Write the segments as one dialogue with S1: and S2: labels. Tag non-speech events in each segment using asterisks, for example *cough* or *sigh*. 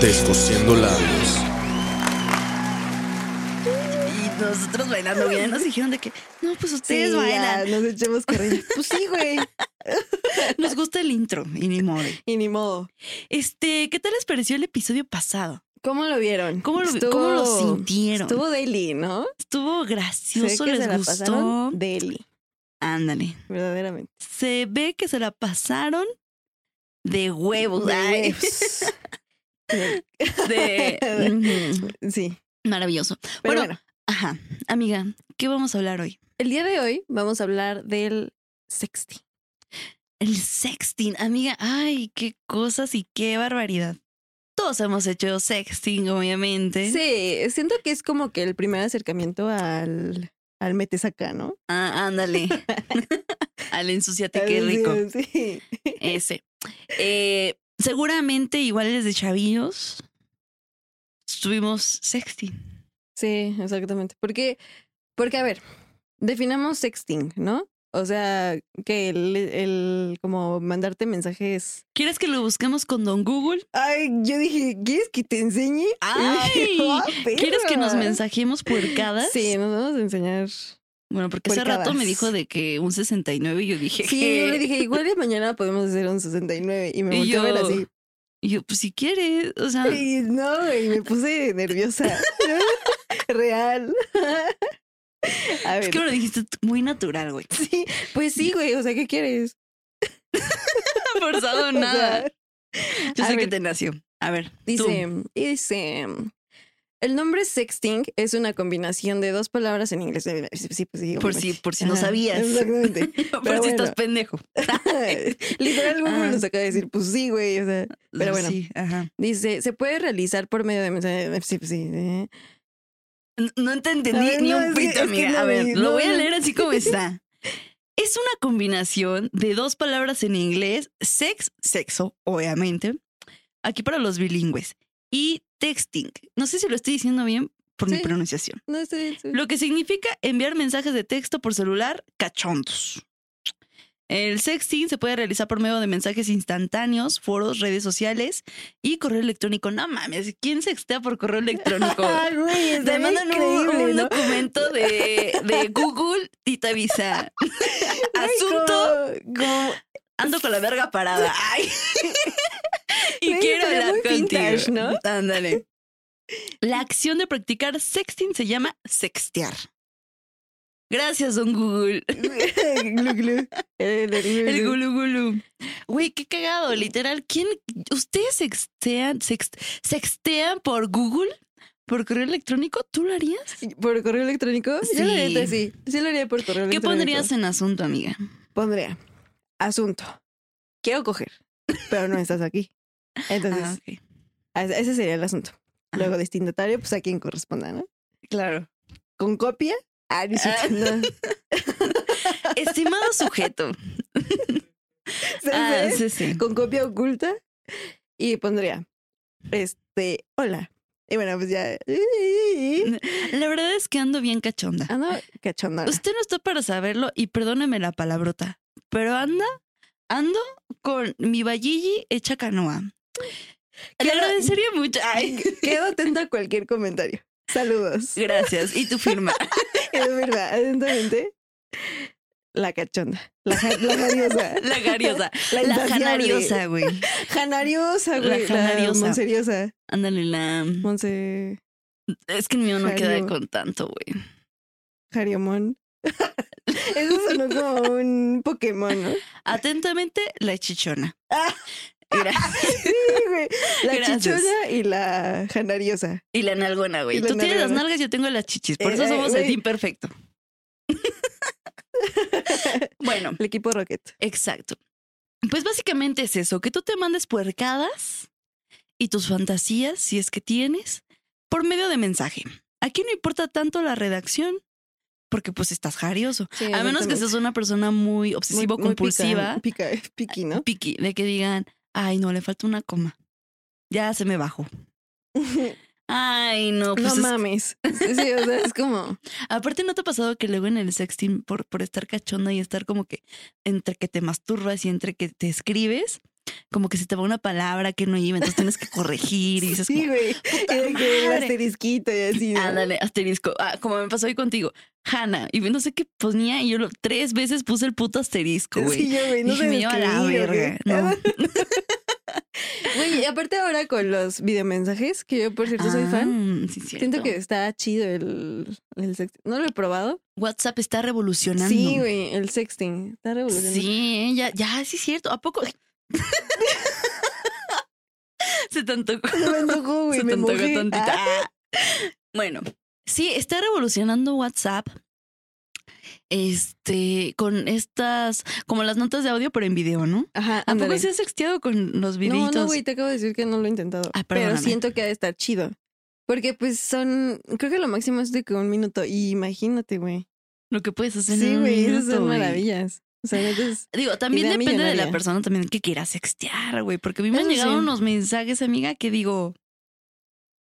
S1: Descosiendo labios.
S2: Y nosotros bailando bien nos dijeron de que, no, pues ustedes
S3: Sí, ya,
S2: bailan.
S3: Nos echemos carrilla. *laughs* Pues sí, güey.
S2: Nos gusta el intro y ni modo.
S3: Y ni modo.
S2: Este, ¿qué tal les pareció el episodio pasado?
S3: ¿Cómo lo vieron?
S2: ¿Cómo lo, cómo lo
S3: Estuvo-
S2: sintieron? Estuvo,
S3: Estuvo daily, ¿no?
S2: gracioso,
S3: que
S2: les
S3: se la
S2: gustó.
S3: pasaron daily,
S2: Ándale.
S3: verdaderamente.
S2: Se ve que se la pasaron de huevos.
S3: De
S2: ay, *laughs*
S3: huevos. De-
S2: de- Ujú.
S3: *laughs* Sí.
S2: Maravilloso.
S3: Pero
S2: Bueno,
S3: bueno,
S2: Ajá. Amiga, ¿qué vamos a hablar hoy?
S3: el día de hoy vamos a hablar del sexting.
S2: El sexting. Amiga, ay, qué cosas y qué barbaridad. Todos hemos hecho sexting, obviamente.
S3: Sí, siento que es como que el primer acercamiento al, al metes acá, ¿no?
S2: Ah,
S3: *laughs*
S2: ándale. Al ensuciate, qué rico.
S3: Sí.
S2: Ese. Eh, seguramente, igual desde chavillos, tuvimos sexting.
S3: Sí, exactamente. Porque, porque, a ver, definamos sexting, ¿no? O sea, que el, el como mandarte mensajes.
S2: ¿Quieres que lo busquemos con Don Google?
S3: Ay, yo dije, ¿quieres que te enseñe? *laughs*
S2: ¡Ay! ¿Quieres que nos mensajemos puercadas?
S3: Sí, nos vamos a enseñar.
S2: Bueno, porque hace rato
S3: Puercadas.
S2: me dijo de que un 69 y yo dije "Eh".
S3: Sí,
S2: que...
S3: yo le dije, igual de mañana podemos hacer un 69. Y me
S2: Y
S3: volteó a ver
S2: yo-
S3: así.
S2: Y yo, pues si quieres, o sea...
S3: Y no, güey, me puse nerviosa. *laughs* Real. *laughs* A ver.
S2: Es que me lo dijiste tú muy natural, güey.
S3: Sí, pues sí, güey. O sea, ¿qué quieres?
S2: Forzado
S3: *laughs* O sea,
S2: nada. Yo
S3: a
S2: sé que
S3: ver.
S2: te nació. A ver, tú.
S3: Dice, dice, el nombre sexting es una combinación de dos palabras en inglés. Sí, sí, pues sí,
S2: Por
S3: obviamente.
S2: si- por si no
S3: Ajá,
S2: sabías.
S3: Exactamente.
S2: *laughs* *laughs*
S3: *laughs*
S2: por
S3: pero
S2: si estás
S3: bueno.
S2: pendejo.
S3: Literal, Google
S2: Ah.
S3: nos acaba de decir, pues sí, güey. O sea, Pero bueno.
S2: Sí, ajá.
S3: dice, se puede realizar por medio de mensajes. Sí, pues sí. eh.
S2: N- No te entendí
S3: A ver,
S2: ni
S3: no,
S2: un
S3: es que- es
S2: pito,
S3: que
S2: amiga.
S3: no
S2: a ver,
S3: leí,
S2: lo
S3: no,
S2: voy a
S3: no.
S2: leer así como
S3: *laughs*
S2: está. Es una combinación de dos palabras en inglés, sex, sexo, obviamente. Aquí para los bilingües. Y texting. No sé si lo estoy diciendo bien por mi
S3: Sí.
S2: pronunciación.
S3: No sé. sí.
S2: Lo que significa enviar mensajes de texto por celular cachondos. El sexting se puede realizar por medio de mensajes instantáneos, foros, redes sociales y correo electrónico. No mames, ¿quién sextea por correo electrónico?
S3: *laughs* Ay, güey, está
S2: Te mandan un,
S3: increíble,
S2: un
S3: *laughs* ¿no?
S2: documento de, de Google y te
S3: *laughs*
S2: avisa.
S3: Ay,
S2: Asunto,
S3: como- como-
S2: ando con la verga parada.
S3: *laughs*
S2: Ay. Y
S3: Güey,
S2: quiero
S3: estaría
S2: hablar
S3: muy
S2: contigo.
S3: vintage, ¿no?
S2: Ándale. La acción de practicar sexting se llama sextear. Gracias, don Google.
S3: *laughs* Glu, glu. El- el-
S2: El gulu gulu. Güey, qué cagado, literal. ¿Quién? ¿Ustedes sextean, sext- sextean por Google? ¿Por correo electrónico? ¿Tú lo harías?
S3: ¿Por correo electrónico? Yo la
S2: Sí.
S3: neta sí. Sí lo haría por correo
S2: ¿Qué
S3: electrónico.
S2: pondrías en asunto, amiga?
S3: Pondría, asunto, quiero coger, pero no estás aquí.
S2: Ah,
S3: Entonces,
S2: ok.
S3: ese- ese sería el asunto. Luego, destinatario, pues a quien corresponda, ¿no?
S2: Claro.
S3: Con copia, ah, no es
S2: *laughs*
S3: cierto, no.
S2: Estimado
S3: *laughs*
S2: sujeto. Ah,
S3: ¿Sabes?
S2: sí, ah, sí.
S3: Con copia oculta. Y pondría, este, hola. Y bueno, pues ya.
S2: La verdad es que ando bien cachonda.
S3: Ando Ah,
S2: *laughs*
S3: cachondona.
S2: Usted no está para saberlo y perdóneme la palabrota, pero anda, ando con mi valligi hecha canoa. Le
S3: Queda-
S2: agradecería mucho.
S3: *laughs*
S2: Ay,
S3: Quedo atenta a cualquier comentario. Saludos.
S2: gracias. Y tu
S3: *laughs*
S2: firma.
S3: Es verdad, atentamente. La cachonda. La, ja-
S2: *laughs*
S3: la jariosa.
S2: La gariosa. La
S3: insaciable.
S2: janariosa, güey.
S3: Janariosa,
S2: La
S3: güey. La
S2: janariosa.
S3: Monseriosa.
S2: Ándale, la.
S3: Monse.
S2: Es que el mío no queda
S3: Jario.
S2: con tanto, güey. *laughs*
S3: Jariomón. Eso sonó como un Pokémon, ¿no?
S2: Atentamente, la
S3: *laughs*
S2: chichona.
S3: Ah.
S2: Gracias.
S3: Sí, güey. La
S2: Gracias.
S3: chichona y la janariosa.
S2: Y la nalgona, güey.
S3: Y la
S2: Tú tienes las
S3: nalgona.
S2: nalgas, yo tengo las chichis. Por
S3: Eh,
S2: eso
S3: eh,
S2: somos el
S3: güey.
S2: team
S3: *laughs*
S2: perfecto. bueno,
S3: El equipo Rocket.
S2: exacto. Pues básicamente es eso, que tú te mandes puercadas y tus fantasías, si es que tienes, por medio de mensaje. Aquí no importa tanto la redacción, porque pues estás jarioso.
S3: Sí,
S2: A menos que
S3: exactamente.
S2: seas una persona muy ¿eh?
S3: Muy- muy
S2: obsesivo-compulsiva,
S3: pica- pica-
S2: *laughs*
S3: piqui, ¿no?
S2: piqui, de que digan, ay, no, le falta una coma. Ya se me bajó.
S3: *laughs*
S2: Ay, no, pues
S3: no
S2: es-
S3: mames. Sí, sí, o sea, es como.
S2: Aparte, ¿no te ha pasado que luego en el sexting, por, por estar cachonda y estar como que entre que te masturbas y entre que te escribes, como que se te va una palabra que no iba, entonces tienes que corregir y *laughs* dices,
S3: Sí, güey. Y de que el
S2: madre.
S3: asterisquito y
S2: como,
S3: así. ¿no?
S2: ándale, asterisco. Ah, como me pasó hoy contigo, Hanna, y no sé qué ponía y yo lo- tres veces puse el puto asterisco, güey.
S3: Sí, yo, güey, no
S2: Dije,
S3: sé
S2: me lleva la
S3: escribir, Ah, güey. *laughs*
S2: verga. No.
S3: Güey, y aparte ahora con los videomensajes, que yo por cierto soy fan,
S2: Ah, sí, cierto.
S3: siento que está chido el, el sexting. No lo he probado.
S2: WhatsApp está revolucionando.
S3: Sí, güey, el sexting. Está revolucionando.
S2: Sí, ¿eh? ya, ya, sí es cierto. ¿A poco? *laughs* Se te antojó.
S3: Se *laughs*
S2: *laughs*
S3: me antojó, güey,
S2: Se
S3: me
S2: te antojó
S3: mojé.
S2: tantito.
S3: Ah,
S2: Bueno, sí, está revolucionando WhatsApp. Este, con estas, como las notas de audio, pero en video, ¿no?
S3: Ajá,
S2: ¿A poco
S3: ándale.
S2: se ha sexteado con los
S3: No,
S2: videitos?
S3: no, güey, te acabo de decir que no lo he intentado.
S2: Ah,
S3: pero
S2: perdóname.
S3: siento que ha de estar chido. Porque pues son, creo que lo máximo es de que un minuto. Y imagínate, güey.
S2: Lo que puedes hacer en
S3: Sí,
S2: un
S3: güey, esas
S2: minuto,
S3: son
S2: güey.
S3: maravillas. O sea, neta es-
S2: Digo, también
S3: Idea
S2: depende de la
S3: millonaria.
S2: persona también que quiera sextear, güey. Porque a mí me han
S3: Eso
S2: llegado
S3: sí.
S2: unos mensajes, amiga, que digo,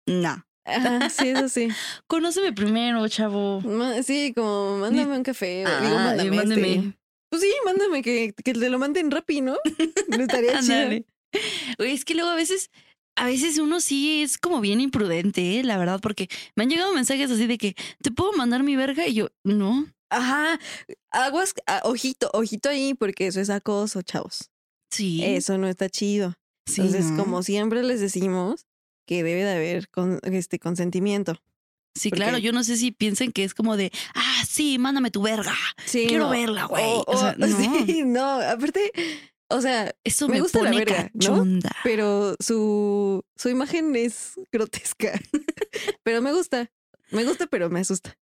S2: nah,
S3: Ajá, sí, eso
S2: *laughs*
S3: sí.
S2: conóceme primero, chavo.
S3: Ma- Sí, como mándame un café. o digo,
S2: Ah,
S3: mándame,
S2: mándeme.
S3: este. Pues sí, mándame que, que te lo manden rápido,
S2: *laughs*
S3: ¿no? No estaría chido.
S2: Ándale. Güey, es que luego a veces, a veces uno sí es como bien imprudente, eh, la verdad, porque me han llegado mensajes así de que te puedo mandar mi verga y yo, no.
S3: Ajá. Aguas, ah, ojito, ojito ahí, porque eso es acoso, chavos.
S2: Sí.
S3: Eso no está chido.
S2: sí,
S3: Entonces,
S2: ¿no?
S3: como siempre les decimos, que debe de haber con, este consentimiento.
S2: Sí,
S3: porque-
S2: claro, yo no sé si piensen que es como de, ah, sí, mándame tu verga.
S3: Sí,
S2: Quiero
S3: no.
S2: verla, güey.
S3: O-
S2: O,
S3: o- *laughs*
S2: sea, no.
S3: Sí, no, aparte, o sea,
S2: Eso
S3: Me
S2: me,
S3: gusta la
S2: pone
S3: verga, ¿no?
S2: cachonda.
S3: *laughs* pero su, su imagen es grotesca. *laughs* pero me gusta. Me gusta, pero me asusta.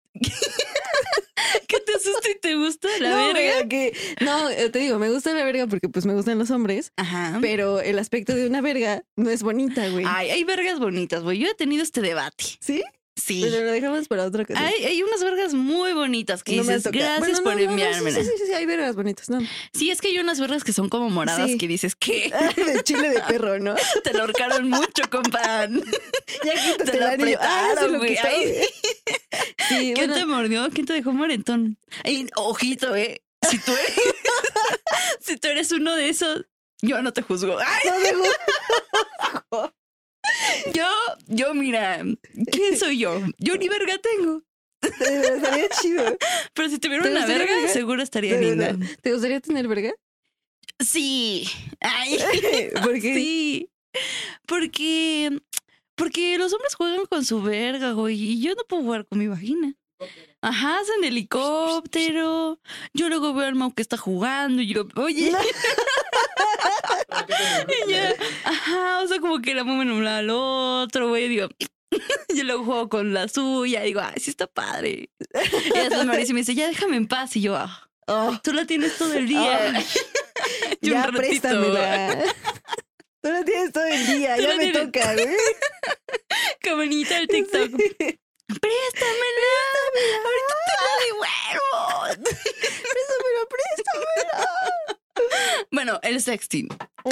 S2: ¿Qué te asusta y te gusta la
S3: no,
S2: verga?
S3: güey, que- no, eh, te digo, me gusta la verga porque pues me gustan los hombres,
S2: Ajá.
S3: pero el aspecto de una verga no es bonita, güey.
S2: Ay, hay vergas bonitas, güey. Yo he tenido este debate.
S3: ¿Sí?
S2: Sí.
S3: Pero lo dejamos para otra ocasión.
S2: Hay, hay unas vergas muy bonitas que
S3: No me
S2: dices,
S3: toca.
S2: gracias
S3: Bueno, no,
S2: por
S3: no, no,
S2: enviármela.
S3: sí, sí, sí, sí, hay vergas bonitas, ¿no?
S2: Sí, es que hay unas vergas que son como moradas
S3: Sí.
S2: que dices que
S3: *laughs* de chile de perro, ¿no?
S2: *laughs* te lo ahorcaron mucho, compa.
S3: *laughs* Ya quítate
S2: Te
S3: el
S2: lo
S3: anillo. Ah, se lo
S2: apretaron, güey.
S3: quitó.
S2: Ay.
S3: *laughs* Sí,
S2: ¿Quién
S3: bueno,
S2: te mordió? ¿Quién te dejó moretón? Ay, ojito, eh. Si tú eres, *laughs* si tú eres uno de esos, yo no te juzgo. Ay,
S3: no dejó-
S2: yo, yo, mira, ¿quién soy yo? Yo ni verga tengo.
S3: te- Estaría
S2: *laughs*
S3: chido.
S2: Pero si tuviera
S3: ¿Te
S2: una
S3: gustaría
S2: verga,
S3: verga?
S2: seguro estaría
S3: De
S2: linda.
S3: verdad. ¿Te gustaría tener verga?
S2: Sí. Ay.
S3: *laughs* Porque
S2: Sí. Porque. Porque los hombres juegan con su verga, güey. Y yo no puedo jugar con mi vagina. Ajá, hacen helicóptero. Yo luego veo al Mau que está jugando y yo,
S3: *laughs*
S2: oye. *laughs* Y yo, ajá, o sea, como que la mueven un lado al otro, güey. y Digo, *laughs* yo luego juego con la suya. Y digo, ay, sí está padre. Y después Mauricio me dice, ya déjame en paz. Y yo, ah,
S3: Oh,
S2: tú la tienes todo el día.
S3: Ay,
S2: *laughs* Y un
S3: Ah. ya
S2: ratito. *laughs*
S3: préstamela. Tú la tienes todo el día,
S2: Tú
S3: ya
S2: la
S3: me
S2: tienes-
S3: toca, ¿eh?
S2: Qué bonito el TikTok.
S3: *laughs* Sí.
S2: préstamela. Ahorita te la devuelvo. préstamela, préstamela. Bueno, el sexting.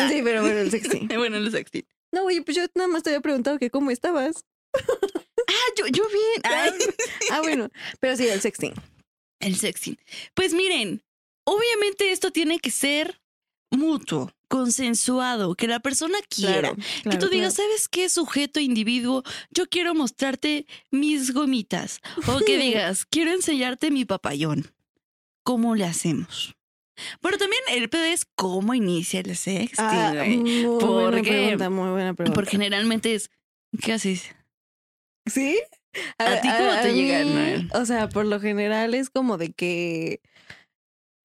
S3: Sí, pero bueno, el sexy.
S2: Eh, Bueno, el sexting.
S3: No, oye, pues yo nada más te había preguntado que cómo estabas.
S2: Ah, yo, yo bien. Ay,
S3: *laughs* Ah, bueno, pero sí, el sexting.
S2: el sexting. Pues miren, obviamente esto tiene que ser mutuo, consensuado, que la persona quiera. que tú digas, ¿sabes qué, sujeto, individuo? Yo quiero mostrarte mis gomitas. O que digas, quiero enseñarte mi papayón. ¿Cómo le hacemos? Pero también el pedo es cómo inicia el sexting,
S3: Ah,
S2: güey.
S3: muy buena
S2: porque-
S3: pregunta, muy buena pregunta.
S2: Porque generalmente es, ¿qué haces?
S3: ¿Sí?
S2: ¿A ti cómo te llegan,
S3: mí, O sea, por lo general es como de que.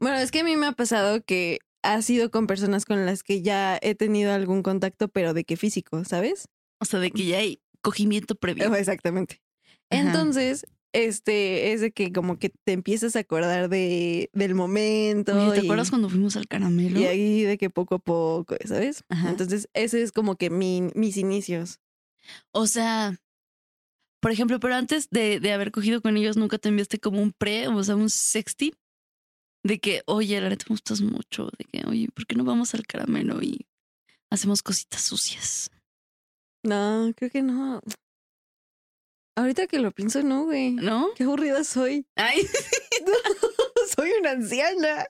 S3: Bueno, es que a mí me ha pasado que ha sido con personas con las que ya he tenido algún contacto, pero de que físico, ¿sabes? *laughs*
S2: O sea, de que ya hay cogimiento previo.
S3: Exactamente.
S2: Ajá.
S3: Entonces, este, es de que como que te empiezas a acordar de, del momento.
S2: Oye, ¿te
S3: y-
S2: acuerdas cuando fuimos al caramelo?
S3: Y ahí de que poco a poco, ¿sabes?
S2: Ajá.
S3: Entonces, ese es como que mi- mis inicios.
S2: O sea, por ejemplo, pero antes de, de haber cogido con ellos, nunca te enviaste como un pre, o sea, un sexting de que, oye, la neta me gustas mucho, de que, oye, ¿por qué no vamos al caramelo y hacemos cositas sucias?
S3: No, creo que no. Ahorita que lo pienso, no, güey.
S2: ¿No?
S3: Qué aburrida soy. *laughs*
S2: Ay, *laughs*
S3: soy una *laughs* anciana.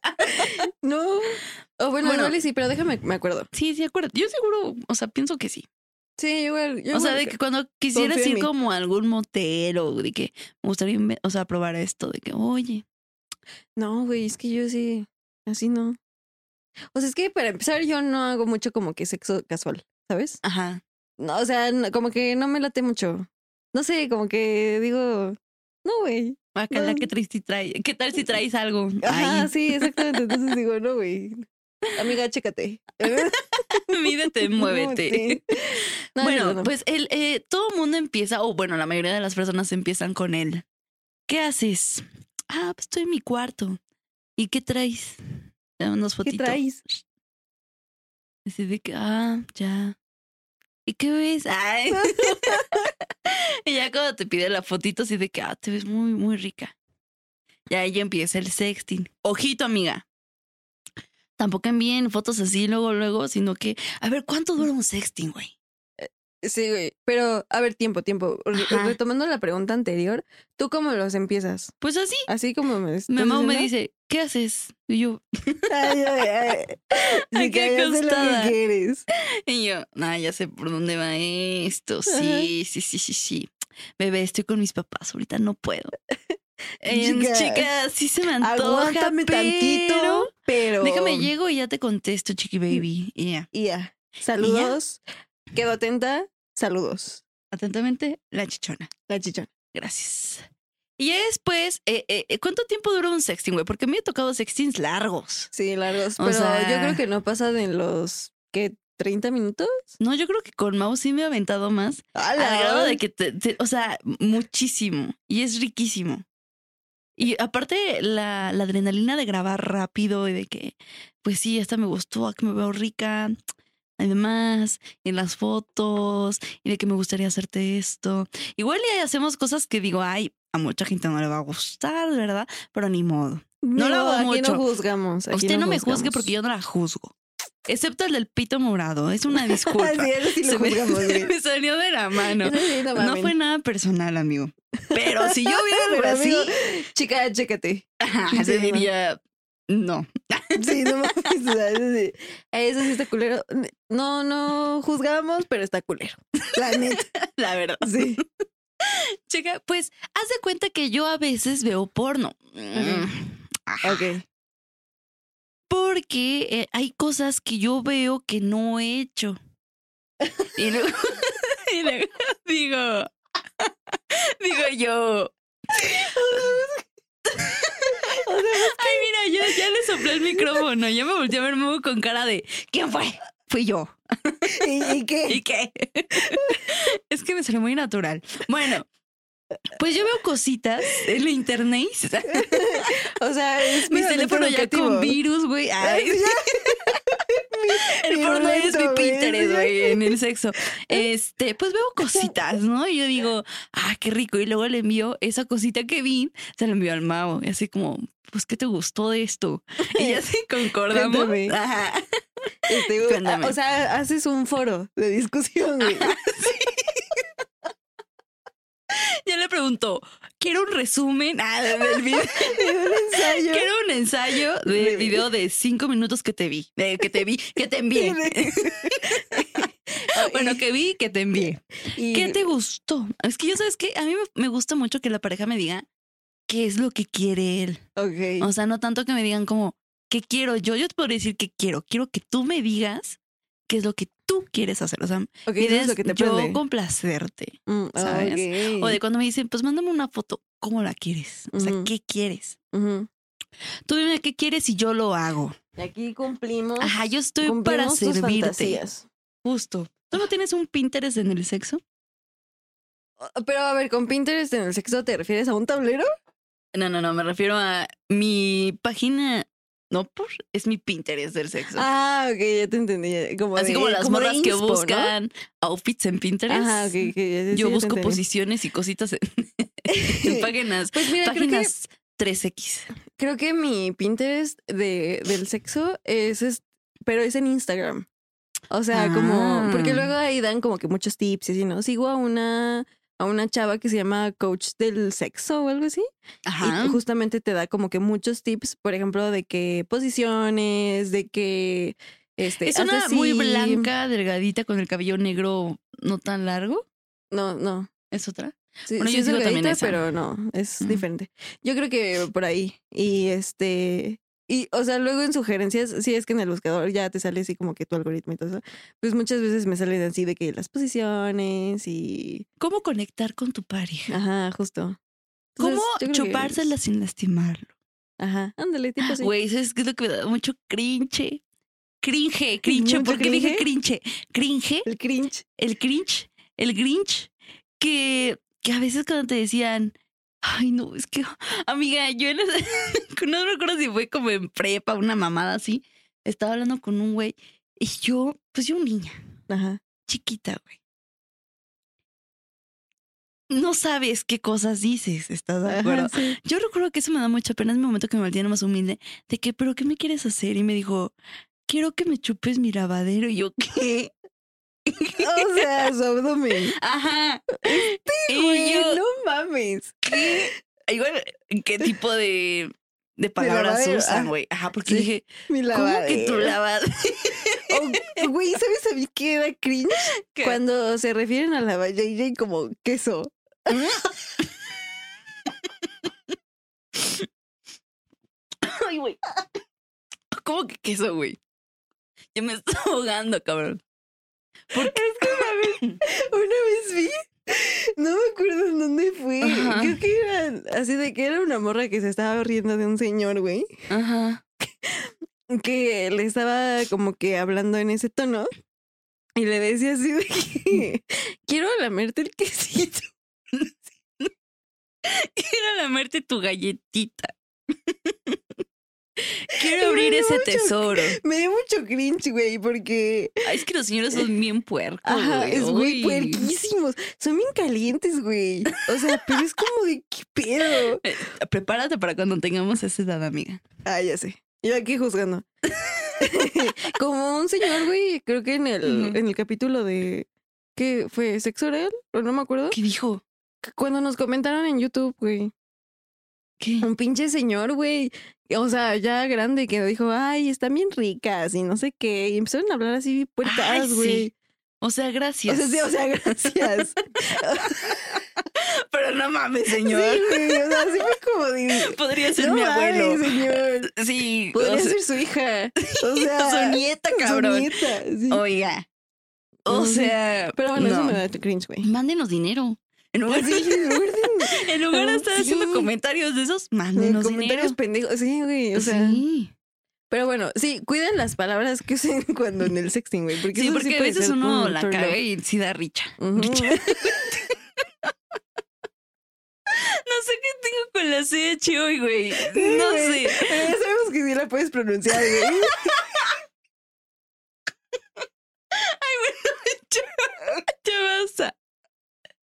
S3: no. O bueno,
S2: Bueno.
S3: igual y sí, pero déjame, me acuerdo.
S2: sí, sí, acuérdate. Yo seguro, o sea, pienso que sí.
S3: Sí, igual. yo
S2: O sea,
S3: igual
S2: de que cuando quisieras
S3: Confía en
S2: ir
S3: mí.
S2: como a algún motel o de que me gustaría, inve- o sea, probar esto, de que, oye,
S3: No, güey, es que yo sí, así no. O sea, es que para empezar yo no hago mucho como que sexo casual, ¿sabes?
S2: ajá,
S3: No, o sea, no- como que no me late mucho. No sé, como que digo, no, güey.
S2: bacala,
S3: No.
S2: qué triste trae, qué tal si traes algo?
S3: Ajá,
S2: Ay, *laughs*
S3: sí, exactamente. Entonces digo, no, güey. Amiga, chécate. *laughs*
S2: mídete, muévete.
S3: Sí. *laughs* No,
S2: bueno,
S3: no, no.
S2: pues el, eh, todo mundo empieza, o bueno, la mayoría de las personas empiezan con él. ¿Qué haces? Ah, pues estoy en mi cuarto. ¿Y qué traes? Eh, Unos
S3: ¿qué
S2: fotitos.
S3: traes?
S2: Así de que, ah, ya. ¿Y qué ves? Ay. *laughs* y ya cuando te pide la fotito, así de que, ah, te ves muy, muy rica. Y ahí ya empieza el sexting. Ojito, amiga. Tampoco envíen fotos así luego, luego, sino que, a ver, ¿cuánto dura un sexting, güey?
S3: Sí, güey. Pero, a ver, tiempo, tiempo. Re-
S2: Ajá.
S3: Retomando la pregunta anterior, ¿tú cómo los empiezas?
S2: Pues así.
S3: Así como me. estás
S2: Mi mamá me
S3: diciendo.
S2: dice, ¿qué haces? Y yo,
S3: *laughs* Ay, ay, ay.
S2: Ay,
S3: Sí, que
S2: qué
S3: ya sé lo que
S2: acostada.
S3: quieres.
S2: *laughs* y yo, "Ah, ya sé por dónde va esto. Sí, sí, sí, sí, sí. Bebé, estoy con mis papás, ahorita no *laughs* puedo. Eh,
S3: Chica,
S2: chica, sí se me antoja,
S3: Aguántame
S2: pero-
S3: tantito, pero.
S2: Déjame llego y ya te contesto, chiqui baby. Y ya.
S3: Y ya. Saludos. Quedo atenta. Saludos.
S2: Atentamente, la chichona.
S3: La chichona.
S2: Gracias. Y ya después, eh, eh, eh, ¿cuánto tiempo dura un sexting, güey? Porque me he tocado sextings largos.
S3: Sí, largos.
S2: O
S3: Pero
S2: sea-
S3: yo creo que no pasa de los. ¿Qué? ¿30 minutos?
S2: No, yo creo que con Mau sí me he aventado más. Al grado de que, te- te- o sea, muchísimo. Y es riquísimo. Y aparte, la, la adrenalina de grabar rápido y de que, pues sí, esta me gustó, ah, que me veo rica. Además, en las fotos, y de que me gustaría hacerte esto. Igual y hacemos cosas que digo, ay, a mucha gente no le va a gustar, ¿verdad? Pero ni modo. no lo hago
S3: aquí
S2: mucho.
S3: no juzgamos. aquí
S2: Usted no, me
S3: juzgamos.
S2: juzgue porque yo no la juzgo. Excepto el del pito morado. Es una disculpa.
S3: *laughs* *laughs* Así es, sí
S2: *laughs*
S3: lo
S2: Se me-
S3: juzgamos. güey.
S2: me salió de la mano.
S3: Eso *laughs* sí, no
S2: No
S3: mamen.
S2: fue nada personal, amigo. Pero si yo viera algo
S3: *laughs* Pero,
S2: así,
S3: amigo, Chica, chécate.
S2: *laughs* ajá,
S3: sí,
S2: te
S3: no.
S2: diría no. *laughs*
S3: Sí, *laughs* no mames. o sea, Eso sí. Eso sí está culero. No, no juzgamos, pero está culero. La neta,
S2: La verdad.
S3: sí.
S2: Chica, pues haz de cuenta que yo a veces veo porno. Mm, ajá,
S3: *laughs* Ok.
S2: Porque eh, hay cosas que yo veo que no he hecho. Y luego, *laughs* y luego digo, *laughs* digo yo. Ay, mira, yo ya le soplé el micrófono. Ya me volteé a ver Mau con cara de ¿Quién fue? Fui yo.
S3: ¿Y, y qué?
S2: ¿Y qué? *laughs* es que me salió muy natural. Bueno, pues yo veo cositas en la
S3: *laughs*
S2: internet.
S3: O sea,
S2: *laughs*
S3: es
S2: Mi
S3: meramente
S2: teléfono ya
S3: educativo. Ah,
S2: con virus, güey.
S3: *laughs*
S2: Ay,
S3: Ya.
S2: el
S3: mi
S2: porno es
S3: boleto,
S2: mi
S3: güey.
S2: Pinterest,
S3: *laughs*
S2: güey, en el sexo. Este, pues veo cositas, ¿no? Y yo digo, ah, qué rico. Y luego le envío esa cosita que vi, se la envío al Mau. Y así como, pues, ¿qué te gustó de esto?
S3: *laughs*
S2: Y así concordamos.
S3: Cuéntame.
S2: Ajá. *laughs*
S3: Este, güey,
S2: Cuéntame.
S3: ah, o sea, haces un foro de discusión, *laughs* güey.
S2: Ya le pregunto, quiero un resumen ah, del video.
S3: un ensayo.
S2: Quiero un
S3: *laughs*
S2: ensayo del
S3: Sí.
S2: video de cinco minutos que te vi, de que te vi, que te
S3: *laughs*
S2: envié. Bueno, que vi, que te envié.
S3: Y-
S2: ¿Qué te gustó? Es que yo sabes que a mí me, me gusta mucho que la pareja me diga qué es lo que quiere él.
S3: Ok.
S2: O sea, no tanto que me digan como, ¿qué quiero yo? Yo te podría decir qué quiero. Quiero que tú me digas qué es lo que tú quieres hacer. O sea,
S3: Ok,
S2: mi
S3: eso
S2: idea
S3: es lo que te
S2: yo
S3: prende.
S2: complacerte.
S3: Mm, ah,
S2: ¿sabes?
S3: ok.
S2: O de cuando me dicen, pues mándame una foto, ¿cómo la quieres? O sea,
S3: Ujú.
S2: ¿qué quieres?
S3: Ujú.
S2: Tú dime qué quieres y yo lo hago.
S3: Y aquí cumplimos.
S2: Ajá, yo estoy para
S3: cumplimos tus
S2: servirte.
S3: fantasías.
S2: Justo. ¿Tú no tienes un Pinterest en el sexo?
S3: Ah, Pero a ver, con Pinterest en el sexo te refieres a un tablero?
S2: No, no, no, me refiero a mi página. No, por, es mi Pinterest del sexo.
S3: Ah, ok, ya te entendí. eh, Como
S2: Así
S3: de-
S2: como las
S3: de
S2: morras que
S3: inspo, ¿no?
S2: buscan outfits en Pinterest.
S3: Ajá, ok, ok, ya- ya-
S2: Yo
S3: ya te
S2: busco
S3: entendí.
S2: posiciones y
S3: *laughs*
S2: cositas en, en páginas,
S3: Pues mira, creo que,
S2: páginas 3X.
S3: creo que mi Pinterest de, del sexo es, es- pero es en Instagram. O sea,
S2: Ah.
S3: como, porque luego ahí dan como que muchos tips y así, ¿no? Sigo a una, a una chava que se llama coach del sexo o algo así.
S2: Ajá.
S3: Y justamente te da como que muchos tips, por ejemplo, de qué posiciones, de qué... Este,
S2: Es
S3: haz
S2: una muy
S3: así.
S2: blanca, delgadita, con el cabello negro no tan largo.
S3: No, no.
S2: ¿Es otra?
S3: Sí,
S2: Bueno,
S3: sí
S2: yo
S3: es
S2: sigo también
S3: delgadita,
S2: esa. Mm.
S3: pero no, es
S2: Ujú.
S3: diferente. Yo creo que por ahí. Y este... Y, o sea, luego en sugerencias, si es que en el buscador ya te sale así como que tu algoritmo y todo eso, pues muchas veces me salen así de que las posiciones y...
S2: ¿Cómo conectar con tu pareja?
S3: Ajá, justo.
S2: ¿Cómo
S3: Entonces, Pues, yo creo que-
S2: chupársela sin lastimarlo?
S3: Ajá, ándale, tipo así.
S2: Ah, Güey, eso es lo que me da mucho cringe. Cringe, cringe.
S3: ¿Mucho
S2: ¿Por qué dije cringe? Cringe,
S3: El cringe.
S2: el cringe, el grinch, que, que a veces cuando te decían, ay, no, es que, amiga, yo en ese- *laughs* no recuerdo si fue como en prepa, una mamada así, estaba hablando con un güey y yo, pues yo niña,
S3: Ajá.
S2: chiquita, güey. No sabes qué cosas dices, ¿estás de
S3: Ajá,
S2: acuerdo?
S3: sí.
S2: Yo recuerdo que eso me da mucha pena. Es mi momento que me mantiene más humilde. De que, ¿pero qué me quieres hacer? Y me dijo, quiero que me chupes mi lavadero. Y *laughs* yo, ¿qué?
S3: *laughs* O sea, su abdomen.
S2: Ajá. y
S3: Güey,
S2: yo,
S3: no mames.
S2: igual, ¿qué tipo de, de palabras
S3: lavadero,
S2: usan,
S3: ah.
S2: güey? Ajá, porque
S3: Sí,
S2: dije,
S3: Mi
S2: ¿cómo que tu
S3: lavadero. *laughs*
S2: *laughs* lavadero?
S3: O- Güey, ¿sabes a mí qué era cringe?
S2: ¿Qué?
S3: Cuando se refieren a la JJ como queso.
S2: Ay, güey. *laughs* ¿Cómo que queso, güey? Yo me estoy *laughs* ahogando, cabrón.
S3: Una vez vi, no me acuerdo en dónde fue.
S2: Ajá.
S3: Creo que era así de que era una morra que se estaba riendo de un señor, güey,
S2: *laughs* Ajá.
S3: que le estaba como que hablando en ese tono. Y le decía así de que quiero lamerte el quesito. *laughs*
S2: Quiero lamerte tu *laughs* galletita. Quiero abrir ese tesoro.
S3: Me dio mucho cringe, güey, porque
S2: Ay, es que los señores son bien puercos.
S3: Ajá, es güey
S2: Uy.
S3: puerquísimos. Son bien calientes, güey. O sea, pero es como de qué pedo.
S2: Prepárate para cuando tengamos esa edad, amiga.
S3: Ah, ya sé. Yo aquí juzgando. *laughs* como un señor, güey, creo que en el,
S2: Ujú.
S3: en el capítulo de. ¿Qué fue? ¿Sexo oral? O no me acuerdo.
S2: ¿Qué dijo?
S3: Cuando nos comentaron en YouTube, güey.
S2: ¿Qué?
S3: Un pinche señor, güey. O sea, ya grande, que dijo, ay, están bien ricas y no sé qué. Y empezaron a hablar así
S2: Ay,
S3: puertas,
S2: sí.
S3: güey.
S2: O sea,
S3: O
S2: gracias.
S3: sea, sí, o sea, gracias.
S2: pero no mames,
S3: Sí,
S2: *laughs* señor.
S3: güey. O sea, sí fue como de.
S2: Podría ser
S3: No
S2: mi abuelo.
S3: mames, señor.
S2: Sí, o
S3: Podría
S2: sea,
S3: ser su hija. *laughs* O
S2: su
S3: sea,
S2: nieta,
S3: su
S2: cabrón.
S3: nieta, sí.
S2: Oiga. O
S3: No sé.
S2: sea,
S3: Pero bueno, eso
S2: no.
S3: me da
S2: *laughs*
S3: cringe, güey.
S2: mándenos dinero. En lugar,
S3: Sí, en lugar de-
S2: *laughs* en lugar de estar
S3: Sí.
S2: haciendo comentarios de esos,
S3: *laughs* de
S2: mándenos
S3: comentarios
S2: dinero.
S3: pendejos. Sí, güey. O sea.
S2: sí.
S3: Pero bueno, sí, cuiden las palabras que usen *laughs* cuando en el sexting, güey. Porque,
S2: Sí,
S3: eso
S2: porque a
S3: puede
S2: veces
S3: ser
S2: uno
S3: un
S2: la
S3: turn
S2: caga
S3: off.
S2: y sí da richa. *laughs*
S3: Ujú.
S2: No sé qué tengo con la CH hoy, güey.
S3: Sí,
S2: No
S3: güey.
S2: sé.
S3: Pero ya sabemos que sí la puedes pronunciar,
S2: *laughs*
S3: güey.
S2: Ya basta.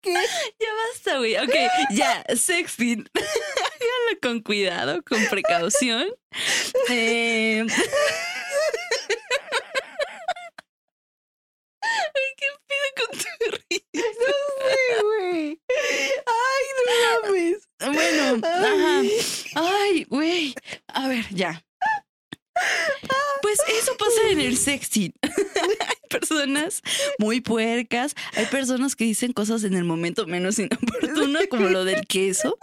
S3: ¿Qué?
S2: Ya basta, güey. Ok, ya, sexting. *laughs* Háganlo con cuidado, con precaución. Eh, *laughs* Ay, ¿Qué pido con tu risa?
S3: Sí, güey. Ay, no mames.
S2: Bueno, ajá.
S3: Ay.
S2: Ay, güey. A ver, ya. Pues eso pasa en el sexting. Hay personas muy puercas, hay personas que dicen cosas en el momento menos inoportuno,
S3: *laughs*
S2: como lo del queso,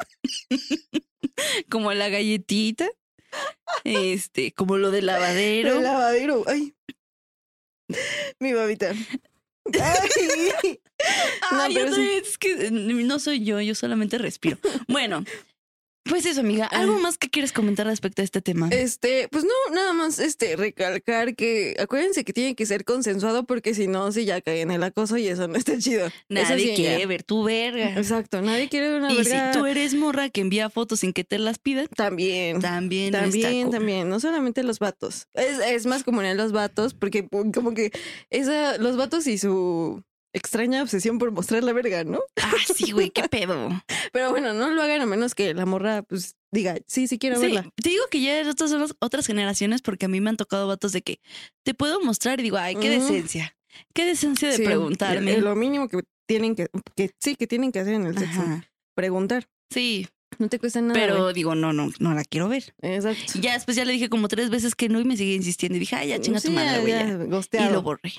S2: como la galletita, este, como lo del lavadero.
S3: El lavadero. Ay. Mi babita. Ay.
S2: Ay,
S3: No, pero
S2: otra
S3: sí.
S2: mm, vez, es que eh, no soy yo, yo solamente respiro. Bueno, Pues eso, amiga.
S3: Ah.
S2: ¿Algo más que quieres comentar respecto a este tema?
S3: Este, pues no, nada más este recalcar que acuérdense que tiene que ser consensuado porque si no, si ya cae en el acoso y eso no está chido. Eso
S2: Nadie
S3: sí,
S2: quiere
S3: ya.
S2: ver tu verga.
S3: Exacto, nadie quiere ver una
S2: Y si
S3: verga.
S2: tú eres morra que envía fotos sin que te las pidan,
S3: También.
S2: también, no está
S3: Mm, También,
S2: cool.
S3: también, no solamente los vatos. Es, es más común en los vatos, porque pu- como que esa, los vatos y su extraña obsesión por mostrar la verga, ¿no?
S2: Ah, sí, güey, qué
S3: *laughs*
S2: pedo.
S3: Pero bueno, no lo hagan a menos que la morra, pues, diga, sí, sí quiero
S2: Sí,
S3: verla.
S2: te digo que ya estas son las otras generaciones porque a mí me han tocado vatos de que te puedo mostrar y digo, ay, qué
S3: Ujú.
S2: decencia. Qué decencia de
S3: Sí,
S2: preguntarme.
S3: eh, Lo mínimo que tienen que, que, sí, que tienen que hacer en el sexo,
S2: Ajá.
S3: preguntar.
S2: Sí,
S3: No te cuesta nada.
S2: pero
S3: güey.
S2: digo, no, no, no la quiero
S3: *laughs*
S2: ver. Y
S3: Exacto.
S2: ya después ya le dije como tres veces que no y me sigue insistiendo. Y dije, ay, ya chinga
S3: Mm, Sí,
S2: tu madre, güey. ya".
S3: ya,
S2: Y
S3: ghosteado.
S2: lo borré.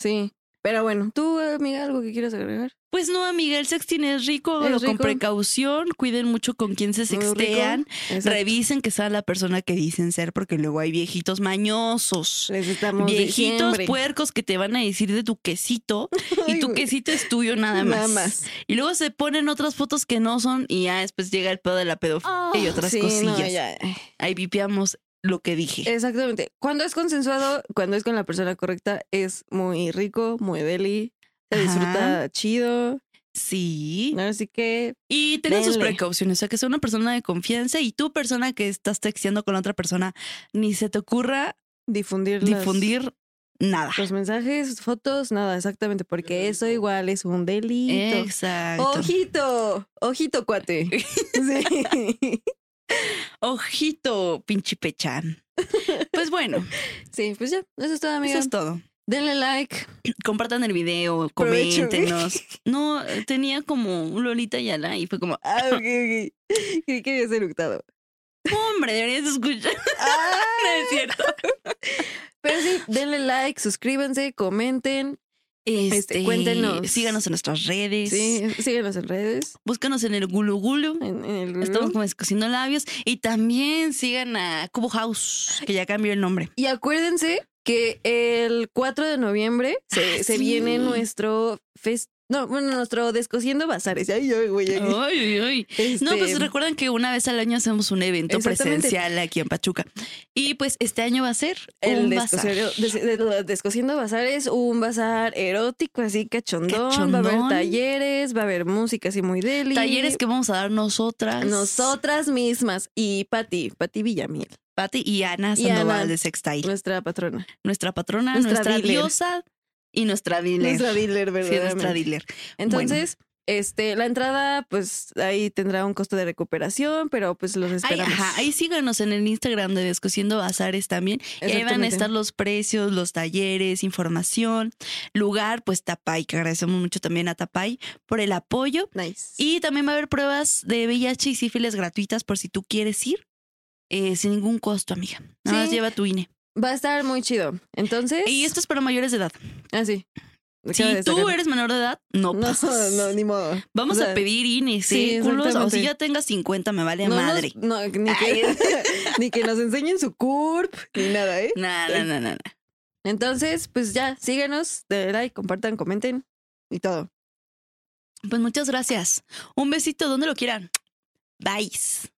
S3: Sí. Pero bueno, tú, amiga, algo que quieras agregar.
S2: Pues no, amiga, el sexting es rico,
S3: Es
S2: lo con
S3: rico.
S2: precaución, cuiden mucho con quién se
S3: Muy rico.
S2: sextean,
S3: Exacto.
S2: revisen que sea la persona que dicen ser, porque luego hay viejitos mañosos.
S3: Les estamos
S2: Viejitos
S3: diciembre.
S2: puercos que te van a decir de tu quesito y
S3: Ay,
S2: tu
S3: güey.
S2: quesito es tuyo nada más. Y luego se ponen otras fotos que no son y ya después llega el pedo de la pedofilia y otras
S3: Ah, Sí, no,
S2: cosillas.
S3: ya. Eh,
S2: Ahí vipiamos lo que dije.
S3: Exactamente. Cuando es consensuado, cuando es con la persona correcta, es muy rico, muy deli. Se disfruta chido.
S2: Sí.
S3: ¿no? Así que
S2: Y tengan sus
S3: Denle.
S2: precauciones, o sea, que sea una persona de confianza y tú, persona que estás texteando con la otra persona, ni se te ocurra
S3: difundir, las-
S2: difundir ah. nada.
S3: los mensajes, fotos, nada, exactamente, porque eso igual es un delito.
S2: Exacto.
S3: Ojito, ojito,
S2: *laughs*
S3: cuate. sí.
S2: Ojito, pinche pechán.
S3: *laughs*
S2: Pues bueno,
S3: Sí, pues ya, eso es todo,
S2: eso
S3: amiga.
S2: es todo.
S3: Denle like.
S2: Compartan el video,
S3: Aprovechen.
S2: coméntenos. No, tenía como un Lolita Yala y fue como,
S3: Ah, ok, ok. *laughs* Creí que había eructado. Ah,
S2: hombre, deberías
S3: *laughs*
S2: escuchar. No es cierto.
S3: Pero sí, denle like, suscríbanse, comenten.
S2: Este,
S3: cuéntenos.
S2: Síganos en nuestras redes.
S3: Sí, síguenos en redes.
S2: Búscanos en el Gulu Gulu.
S3: En, en el Google.
S2: Estamos como escociendo labios. Y también sigan a Cubo House, que ya cambió el nombre.
S3: Y acuérdense que el 4 de noviembre se,
S2: Ah,
S3: se
S2: sí.
S3: viene nuestro fest... No, bueno, nuestro Descosiendo Bazares. Oh. Ay, ay, güey. ay.
S2: Ay, ay, ay. No,
S3: Este,
S2: pues recuerdan que una vez al año hacemos un evento
S3: Exactamente.
S2: presencial aquí en Pachuca. Y pues este año va a ser
S3: El
S2: un bazar.
S3: Descosiendo, des- de- de- Descosiendo Bazar es un bazar erótico, así cachondón. Va a haber
S2: Cachondón.
S3: talleres, va a haber música así muy deli.
S2: Talleres que vamos a dar nosotras.
S3: Nosotras mismas y Pati, Pati Villamiel,
S2: Pati y Ana
S3: Y
S2: Sandoval
S3: Ana.
S2: de Sextail.
S3: nuestra patrona.
S2: Nuestra patrona,
S3: Nuestra
S2: nuestra,
S3: dealer.
S2: diosa y nuestra dealer.
S3: Nuestra dealer,
S2: Sí,
S3: verdaderamente.
S2: nuestra dealer.
S3: Entonces, este, la entrada, pues ahí tendrá un costo de recuperación, pero pues los
S2: Ahí,
S3: esperamos.
S2: ajá, ahí síganos en el Instagram de Descosiendo Bazares también. Y ahí van a
S3: Exactamente.
S2: estar los precios, los talleres, información, lugar, pues Tapay, que agradecemos mucho también a Tapay por el apoyo.
S3: Nice.
S2: Y también va a haber pruebas de VIH y sífilis gratuitas por si tú quieres ir. eh, sin ningún costo, amiga. Nada más
S3: Sí.
S2: lleva tu INE.
S3: va a estar muy chido. Entonces, ah,
S2: Y esto es para mayores de edad.
S3: así.
S2: Si tú eres menor de edad, no
S3: no, *laughs*
S2: pasas.
S3: no, ni modo.
S2: *laughs* Vamos
S3: o sea,
S2: a pedir INE,
S3: sí,
S2: sí, culos. O
S3: exactamente.
S2: si ya tengas 50, me vale
S3: No nos-
S2: madre.
S3: no, ni, que, *laughs* ni que nos enseñen su CURP, ni nada, ¿eh?
S2: Nah, nah, nah, nah, nah.
S3: Entonces, pues ya, síganos, denle like, compartan, comenten y todo.
S2: Pues muchas gracias. Un besito donde lo quieran. Bye.